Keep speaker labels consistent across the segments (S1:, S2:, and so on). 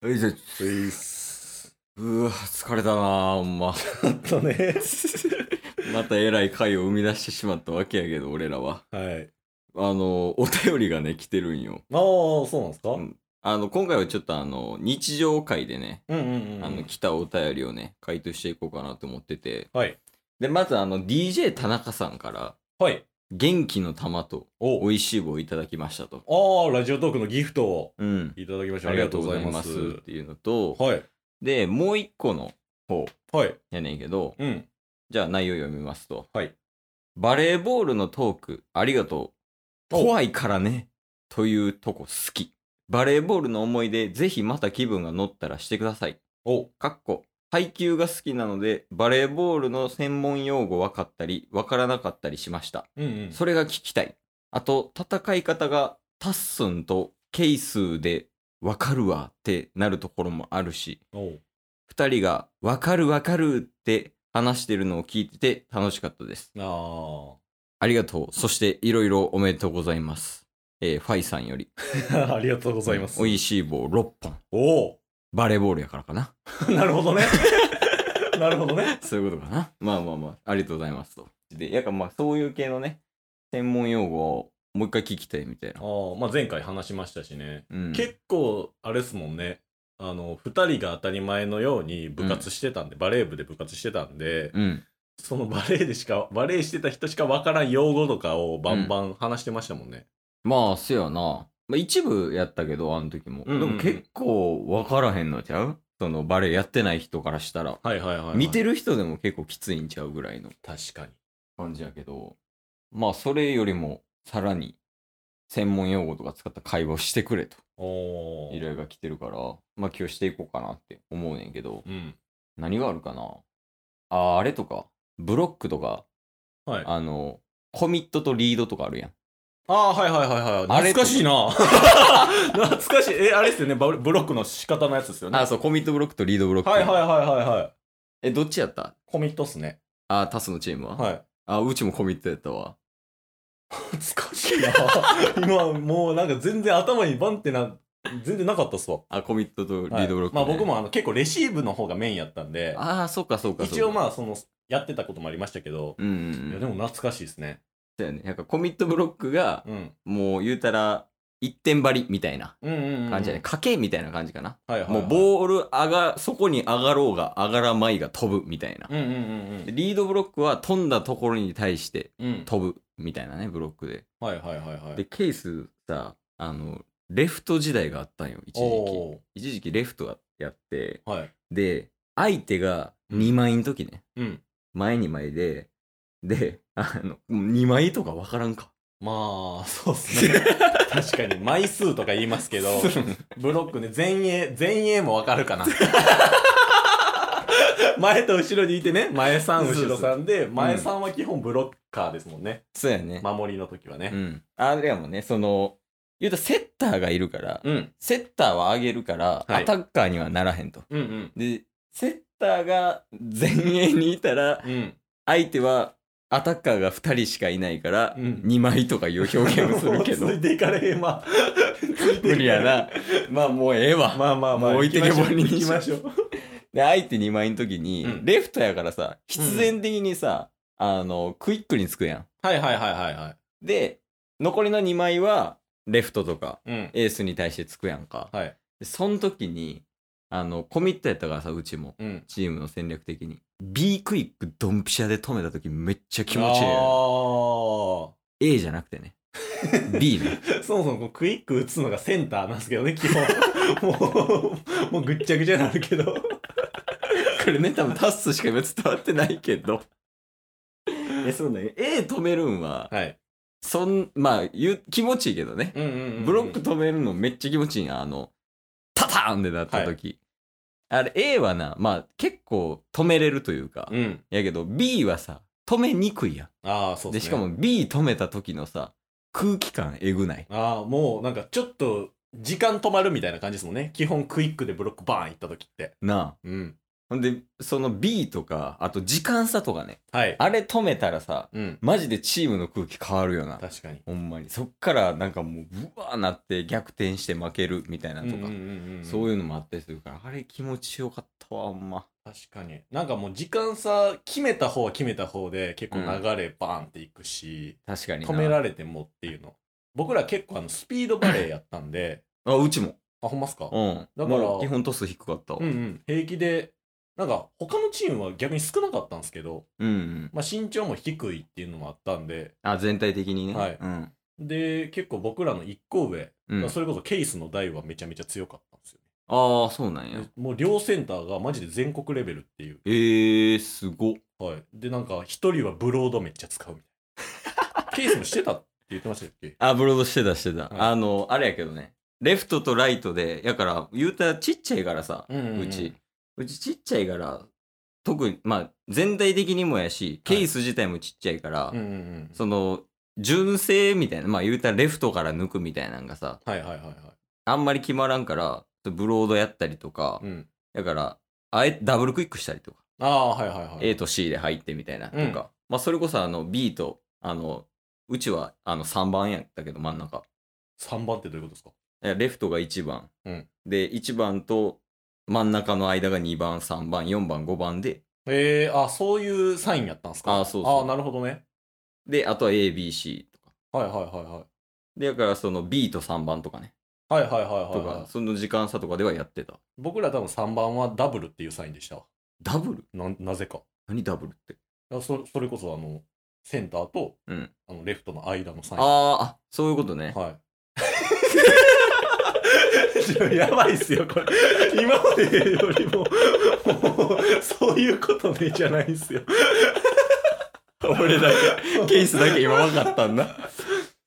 S1: はい、じゃあ
S2: ういっす。
S1: うわ、疲れたなあほんま。
S2: あとね。
S1: またえらい回を生み出してしまったわけやけど、俺らは。
S2: はい。
S1: あの、お便りがね、来てるんよ。
S2: まあ、そうなんですか、
S1: う
S2: うんん、
S1: あの、今回はちょっとあの、日常回でね、
S2: うんうんうん
S1: あの、来たお便りをね、回答していこうかなと思ってて。
S2: はい。
S1: で、まずあの、DJ 田中さんから、
S2: はい。
S1: 元気の玉と
S2: お
S1: 美味しい棒をいただきましたと。
S2: ああ、ラジオトークのギフトを
S1: うん。
S2: いただきました。
S1: あ
S2: あ
S1: り
S2: り
S1: が
S2: が
S1: と
S2: と
S1: う
S2: う
S1: ご
S2: ご
S1: ざ
S2: ざ
S1: い
S2: い
S1: ま
S2: ますす。
S1: っていうのと、
S2: はい。
S1: で、もう一個の方
S2: はい。
S1: やねんけど、
S2: うん。
S1: じゃあ内容読みますと。
S2: はい。
S1: バレーボールのトーク、ありがとう。
S2: お
S1: 怖いからね。というとこ好き。バレーボールの思い出、ぜひまた気分が乗ったらしてください。
S2: お
S1: かっこ。配球が好きなので、バレーボールの専門用語分かったり、分からなかったりしました。
S2: うんうん。
S1: それが聞きたい。あと、戦い方がタッスンとケイスーで分かるわってなるところもあるし、
S2: おう
S1: 二人が分かる分かるって話してるのを聞いてて楽しかったです。
S2: あ
S1: ありがとう。そして、いろいろおめでとうございます。えーファイさんより。
S2: あ。ありがとうございます。
S1: 美味しい棒6本。
S2: おお
S1: バレーボールやからかな。
S2: なるほ どね。なるほどね。
S1: そういうことかな。まあまあまあ、ありがとうございますと。で、やっぱまあ、そういう系のね、専門用語をもう一回聞きたいみたい
S2: あ
S1: な。
S2: あ、まあ前回話しましたしね。
S1: うん、
S2: 結構、あれですもんね。あの、二人が当たり前のように部活してたんで、バレー部で部活してたんで、
S1: うん。
S2: そのバレエでしか、バレエしてた人しかわからん用語とかをバンバン話してましたもんね。
S1: まあ、せやな。まあ、一部やったけど、あの時も。
S2: うんうんう
S1: で
S2: ん
S1: も結構分からへんのちゃうそのバレーやってない人からしたら。
S2: はいはいはい、はい。
S1: 見てる人でも結構きついんちゃうぐらいの。
S2: 確かに。
S1: 感じやけど、まあそれよりもさらに専門用語とか使った会話をしてくれと
S2: おー
S1: 依頼が来てるから、まあ今日していこうかなって思うねんけど、
S2: うん。
S1: 何があるかなあー、あれとか、ブロックとか、
S2: はい。あ
S1: あの、コミットとリードとかあるやん。
S2: あー、はいはいはいはい。
S1: あれ
S2: 懐かしい な。懐かしい。え、あれですよね。バブロックの仕方のやつですよね。
S1: あー、そう、コミットブロックとリードブロック。
S2: はいはいはいはいはい。
S1: え、どっちやった
S2: コミットっすね。
S1: あー、タスのチームは、
S2: はい。
S1: あー、うちもコミットやったわ。
S2: 懐かしいな。 今、もうなんか全然頭にバンってな、全然なかったっすわ。
S1: あ、コミットとリ
S2: はい
S1: ードブロック、
S2: まあ僕。もあの結構レシーブの方がメインやったんで、
S1: あー、そうかそうかそうか。
S2: 一応
S1: あ。
S2: まあその、やってたこともありましたけど、
S1: うんうん
S2: いや
S1: う
S2: で
S1: ん。
S2: も懐かしいですね。
S1: そうやね。なんかコミットブロックが、
S2: うん。
S1: もう言うたら、一点張りみたいな
S2: うんうん、うん。
S1: 感じやね。賭けみたいな感じかな。
S2: はいはい、
S1: もうボール上が、そこに上がろうが上がらまいが飛ぶみたいな。
S2: うんうん
S1: でリードブロックは飛んだところに対して
S2: うんうん。
S1: 飛ぶみたいなね、ブロックで。
S2: はいはいはいはい。
S1: で、ケースさ、あの、レフト時代があったんよ、一時期。
S2: お
S1: 一時期レフトやって、
S2: ーはい。
S1: で、相手が2枚の時ね、
S2: うん。
S1: 前2枚で、で、あの、2枚とかわからんか。
S2: まあ、そうっすね。確かに枚数とか言いますけど、ブロックね、前衛、前衛もわかる かな。前と後ろにいてね、前さん、
S1: そうそう
S2: 後ろさんで、前さんは基本ブロッカーですもんね。
S1: そうやね。
S2: 守りの時は
S1: う
S2: ね。
S1: ん。あれやもんね、その、言うとセッターがいるから、
S2: うん。
S1: セッターは上げるから、
S2: はい
S1: アタッカーにはならへんと。
S2: うんうん。
S1: で、セッターが前衛にいたら、
S2: うん。
S1: 相手はアタッカーが2人しかいないから、
S2: うん
S1: 2枚とかいう 表現をするけど
S2: もう、ついていかれへんわ。
S1: 無理やな。まあもうええわ。
S2: まあまあまあ、
S1: もう置いてけぼりにし
S2: 行きましょう。
S1: で、相手2枚の時に、
S2: うん
S1: レフトやからさ、必然的にさ、あの、クイックにつくやん。
S2: はいはいはいはいは
S1: で、残りの2枚は、レフトとか、
S2: い。うん。
S1: エースに対してつくやんか。
S2: はい。
S1: でその時に、あの、コミットやったからさ、うちも。
S2: うん。
S1: チームの戦略的に。B クイックドンピシャで止めた時めっちゃ気持ちいい
S2: あ
S1: よ。
S2: ー
S1: A じゃなくて ね。B ね。
S2: そもそもこうクイック打つのがセンターなんですけどね、基 本。もう、もうぐっちゃぐちゃになるけど。
S1: これね、多分タッスしか今伝わってないけど。え、そうね。A 止めるんは、
S2: はい。
S1: そん、まあ、言う、気持ちいいけどね。
S2: うんうん、
S1: ブロック止めるのめっちゃ気持ちいいな。あの、タターンでなった時。あれ A はな、まあ結構止めれるというか。
S2: うん。
S1: やけど B はさ、止めにくいやん。
S2: ああ、そう
S1: で、
S2: です
S1: しか。
S2: ね。
S1: も B 止めた時のさ、空気感えぐない。
S2: ああ、もうなんかちょっと、時間止まるみたいな感じですもんね。基本クイックでブロックバーン行った時って。
S1: なあ。
S2: うん。
S1: ほんで、その B とか、あと時間差とかね。
S2: はい。
S1: あれ止めたらさ、
S2: うん。
S1: マジでチームの空気変わるよな。
S2: 確かに。
S1: ほんまに。そっからなんかもう、ブワーなって逆転して負けるみたいなとか、
S2: そ
S1: そうう
S2: いう
S1: いうのもあったりするから、あれ気持ちよかったわ、ほんま。
S2: 確かになんかもう時間差決めた方は決めた方で結構流れバーンっていくし、
S1: 確かにな。
S2: 止められてもっていうの僕ら結構あのスピードバレーやったんで
S1: あ、うちも。
S2: あほんまっすか、
S1: うん。だ
S2: だか
S1: からら、基本トス低かったわ。
S2: うんうん、平気でなんか他のチームは逆に少なかったんですけど、
S1: うんうん。
S2: まあ、身長も低いっていうのもあったんで
S1: あ、全体的にね。
S2: はい
S1: うん。
S2: で結構僕らの1個上、
S1: うん、
S2: それこそケースの台はめちゃめちゃ強かったんですよ
S1: ああ、そうなんや
S2: ね、。もう両センターがマジで全国レベルっていう、
S1: えー、すごっ。
S2: はい、でなんか1人はブロードめっちゃ使うみ たいなケースもしてたって言ってましたっけ
S1: あ、ブロードしてたしてた。
S2: い
S1: あの、あれやけどね。レフトとライトで、やから、言うたらちっちゃいからさ、
S2: うんうんうん
S1: うち。うちちっちゃいから、特に、まあ、全体的にもやし、ケース自体もちっちゃいから、
S2: うんうんうん
S1: その、純正みたいな、まあ言うたらレフトから抜くみたいなんがさ、
S2: はいはいはいはい、
S1: あんまり決まらんから、ブロードやったりとか、
S2: うん、
S1: だから、あえダブルクイックしたりとか、
S2: ああはいはいはい
S1: A と C で入ってみたいなとか、
S2: うん
S1: まあそれこそあの B と、あの、うちはあの3番やったけど真ん中。
S2: 3番ってどういうことですか
S1: えレフトが1番、
S2: うん
S1: で1番と真ん中の間が2番3番4番5番で
S2: えー、あそういうサインやったんですか
S1: あーそうそう
S2: あーなるほどね
S1: であとは ABC とか
S2: はいはいはいはい
S1: でだからその B と3番とかね
S2: はいはいはいはい
S1: と
S2: はい、
S1: かその時間差とかではやってた
S2: 僕ら多分3番はダブルっていうサインでしたわ
S1: ダブル
S2: ななぜか
S1: 何ダブルって
S2: だからそそれこそあのセンターと、
S1: うん
S2: あのレフトの間のサイン
S1: あーあそういうことね
S2: はい やばいっすよこれ今までよりももうそういうことねじゃないっす よ
S1: 俺だけケースだけ今分かったん だ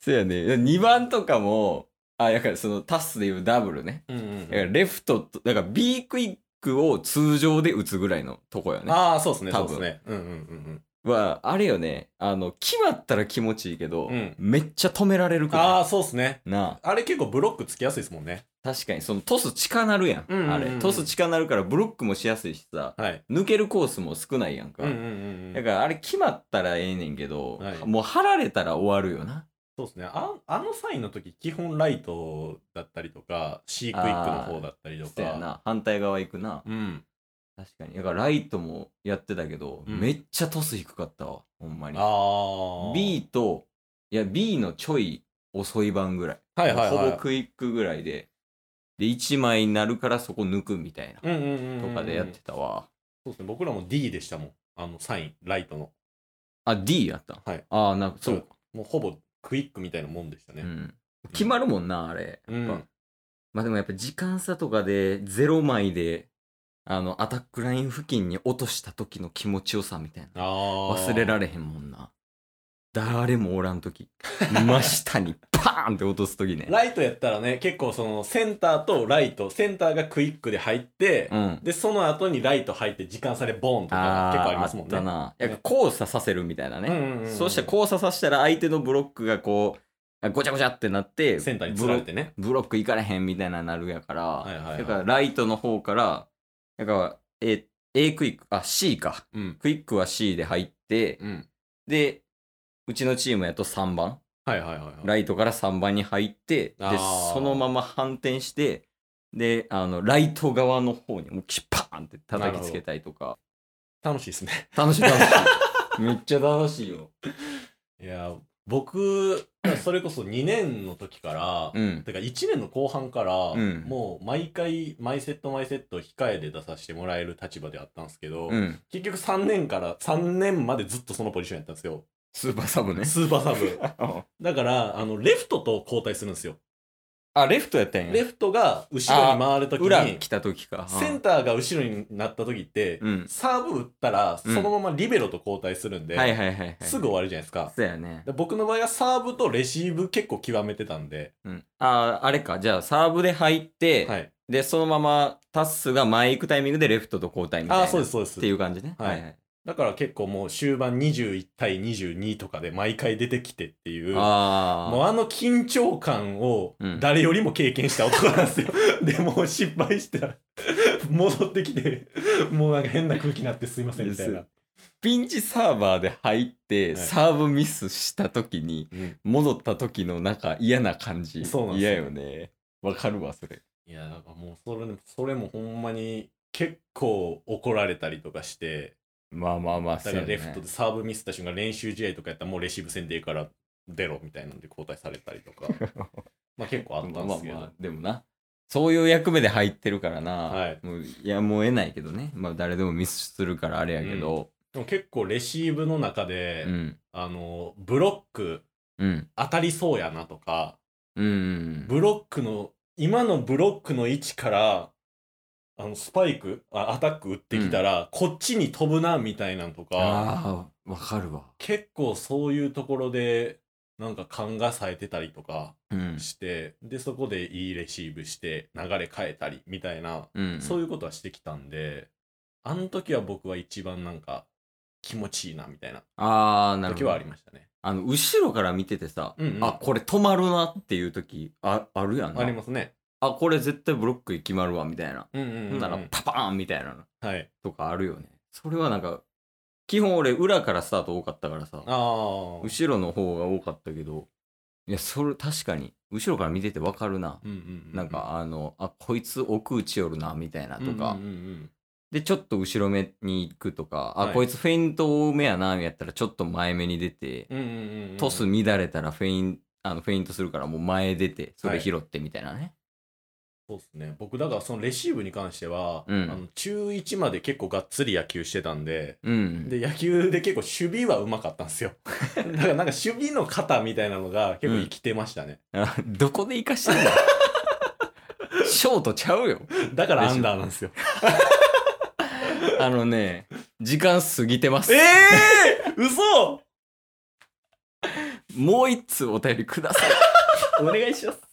S1: そうやね2番とかもあだからそのタスでいうダブルね
S2: うんうん
S1: だからレフトとだから B クイックを通常で打つぐらいのとこよね
S2: ああそうっすねそ
S1: 多
S2: うっ
S1: 分
S2: すねうんうんうん
S1: は、あれよね、あの、決まったら気持ちいいけど、
S2: うん
S1: めっちゃ止められる
S2: うん
S1: から。
S2: ああそうっすね
S1: なあ
S2: あれ結構ブロックつきやすいですもんね
S1: 確かに、そのトス近なるやん。
S2: うんうんうん
S1: あれ。トス近なるからブロックもしやすいしさ、
S2: はい
S1: 抜けるコースも少ないやんか。
S2: ん
S1: だからあれ決まったらええねんけど、
S2: はい
S1: もう張られたら終わるよな。
S2: そうですねああのサインの時基本ライトだったりとかシークイックの方だったりと
S1: そうや
S2: か
S1: な。反対側行くな。
S2: うん
S1: 確かに。だからライトもやってたけど、
S2: うん
S1: めっちゃトス低かったわ。ほんまに。
S2: ああ
S1: B と、いや、B のちょい遅い番ぐらい。
S2: はいはいはい
S1: ほぼクイックぐらいで、で、1枚になるからそこ抜くみたいな、
S2: うんうんうんうんうん
S1: とかでやってたわ。
S2: そうですね僕らも D でしたもんあのサインライトの
S1: あ、D やった。
S2: はい
S1: ああ、なんか、そうか。
S2: もうほぼクイックみたいなもんでした
S1: う
S2: ね
S1: ん。決まるもんな、あれ。
S2: うん
S1: やっぱまあでもやっぱ時間差とかで、0枚で、あの、アタックライン付近に落とした時の気持ちよさみたいな。
S2: ああ
S1: 忘れられへんもんな。誰もおらん時。真下にパーンって落とす 時ね。
S2: ライトやったらね結構そのセンターとライトセンターがクイックで入って、
S1: うん。
S2: でその後にライト入って時間差でボーンとか
S1: あ
S2: 結構あ
S1: あ
S2: り
S1: ー、あ
S2: ますも
S1: っ
S2: んね
S1: たな。やっぱ交差させるみたいなね。
S2: うんうんうんうん
S1: そうしたら交差させたら相手のブロックがこうあごちゃごちゃってなって
S2: センターにつられてね
S1: ブロブロックいかれへんみたいななるやから、
S2: はいはいはい
S1: だからライトの方からだから A, A クイックあ C か
S2: うん
S1: クイックは C で入って
S2: うん
S1: でうちのチームやと3番
S2: はいはいはいはい
S1: ライトから3番に入ってで
S2: あー
S1: そのまま反転してであのライト側の方にもうキパーンって叩きつけたりとか
S2: 楽しいですね
S1: 楽しい楽しいめっちゃ楽しいよ
S2: いや僕それこそ2年の時から、
S1: うん
S2: てか1年の後半から、
S1: うん
S2: もう毎回毎セット毎セット控えで出させてもらえる立場であったんですけど、
S1: うん
S2: 結局3年から3年までずっとそのポジションやったんですよ
S1: スーパーサブね
S2: スーパーサブ だからあのレフトと交代するんですよ
S1: あ、レフトやったんや。
S2: レフトが後ろに回る時
S1: 裏
S2: に
S1: 来た時か。
S2: センターが後ろになった時って、
S1: うん
S2: サーブ打ったらそのままリベロと交代するんで、
S1: はいはいはいはい。
S2: すぐ終わるじゃないですか
S1: そうやね。
S2: で僕の場合はサーブとレシーブ結構極めてたんで、
S1: うん。あ、あれか。じゃあ、サーブで入って、
S2: はい、
S1: で、そのままタッスが前行くタイミングでレフトと交代みたい
S2: あ
S1: な。
S2: あそうです。そうで
S1: って
S2: す
S1: いう感じね。
S2: はい
S1: はい。
S2: だから結構もう終盤21対22とかで毎回出てきてっていう
S1: あ
S2: もうあの緊張感を
S1: うん
S2: 誰よりも経験した男なんですよ、でもう失敗した戻ってきてもうなんか変な空気になってすいませんみたいな、
S1: ピンチサーバーで入って、
S2: い
S1: サーブミスした時に、戻った時のなんか嫌な感じ。
S2: そうなんですよ
S1: 嫌よね。わかるわ、それ。
S2: いやなんかもうそれそれもほんまに結構怒られたりとかして
S1: まあまあまあ、
S2: だからレフトで
S1: で。
S2: サーブミスった瞬間練習試合とかやったらもうレシーブ戦でいいから出ろみたいなんで交代された りとかまあ結構あっ
S1: ま
S2: た
S1: あま
S2: んで
S1: あ
S2: すけど、
S1: まあ、でもな。そういう役目で入ってるからな。
S2: はい
S1: もういや、もう得ないけどね。まあ誰でもミスするからあれやけど。
S2: でも結構レシーブの中
S1: う
S2: で、
S1: ん。
S2: あのブロック
S1: うん。
S2: 当たりそうやなとか
S1: うん。うん。
S2: ブロックの今のブロックの位置からあのスパイクあアタック打ってきたら、こっちに飛ぶなみたいなんとか
S1: ああ、わかるわ。
S2: 結構そういうところでなんか勘が冴えてたりとか
S1: うん。
S2: して、でそこでいいレシーブして流れ変えたりみたいな、
S1: うん。
S2: そういうことはしてきたんであの時は僕は一番なんか気持ちいいなみたいな
S1: ああ、なるほ
S2: 時
S1: ど。
S2: はありましたね。
S1: あの、後ろから見ててさ、
S2: うんうん
S1: あ、これ止まるなっていう時、あ、あるやんな。
S2: ありますね。
S1: あ、これ絶対ブロックに決まるわ、みたいな。
S2: うんうん
S1: ほ
S2: うんうん
S1: んなら、パパーンみたいなの
S2: はい。
S1: とかあるよね。それはなんか、基本俺、裏からスタート多かったからさ、
S2: ああ。
S1: 後ろの方が多かったけど、いや、それ確かに、後ろから見ててわかるな。
S2: うんうんう
S1: なんか、あの、あ、こいつ奥打ちよるな、みたいなとか、
S2: うんうんうん
S1: で、ちょっと後ろ目に行くとか、あ、
S2: はい
S1: こいつフェイント多めやな、やったらちょっと前目に出て、
S2: うんうんうんうん
S1: トス乱れたらフェインあのフェイントするからもう前出てそれ拾ってみたいなね、
S2: そうですね僕だからそのレシーブに関しては、
S1: うん
S2: あの中1まで結構がっつり野球してたんで
S1: うん
S2: で野球で結構守備はうまかったんですよだからなんか守備の型みたいなのが結構生きてましたね、
S1: あどこで生かしてんの ショートちゃうよ
S2: だからアンダーなんですよ
S1: あのね時間過ぎてます
S2: ええー、嘘
S1: もう一通お便りくださいお願いします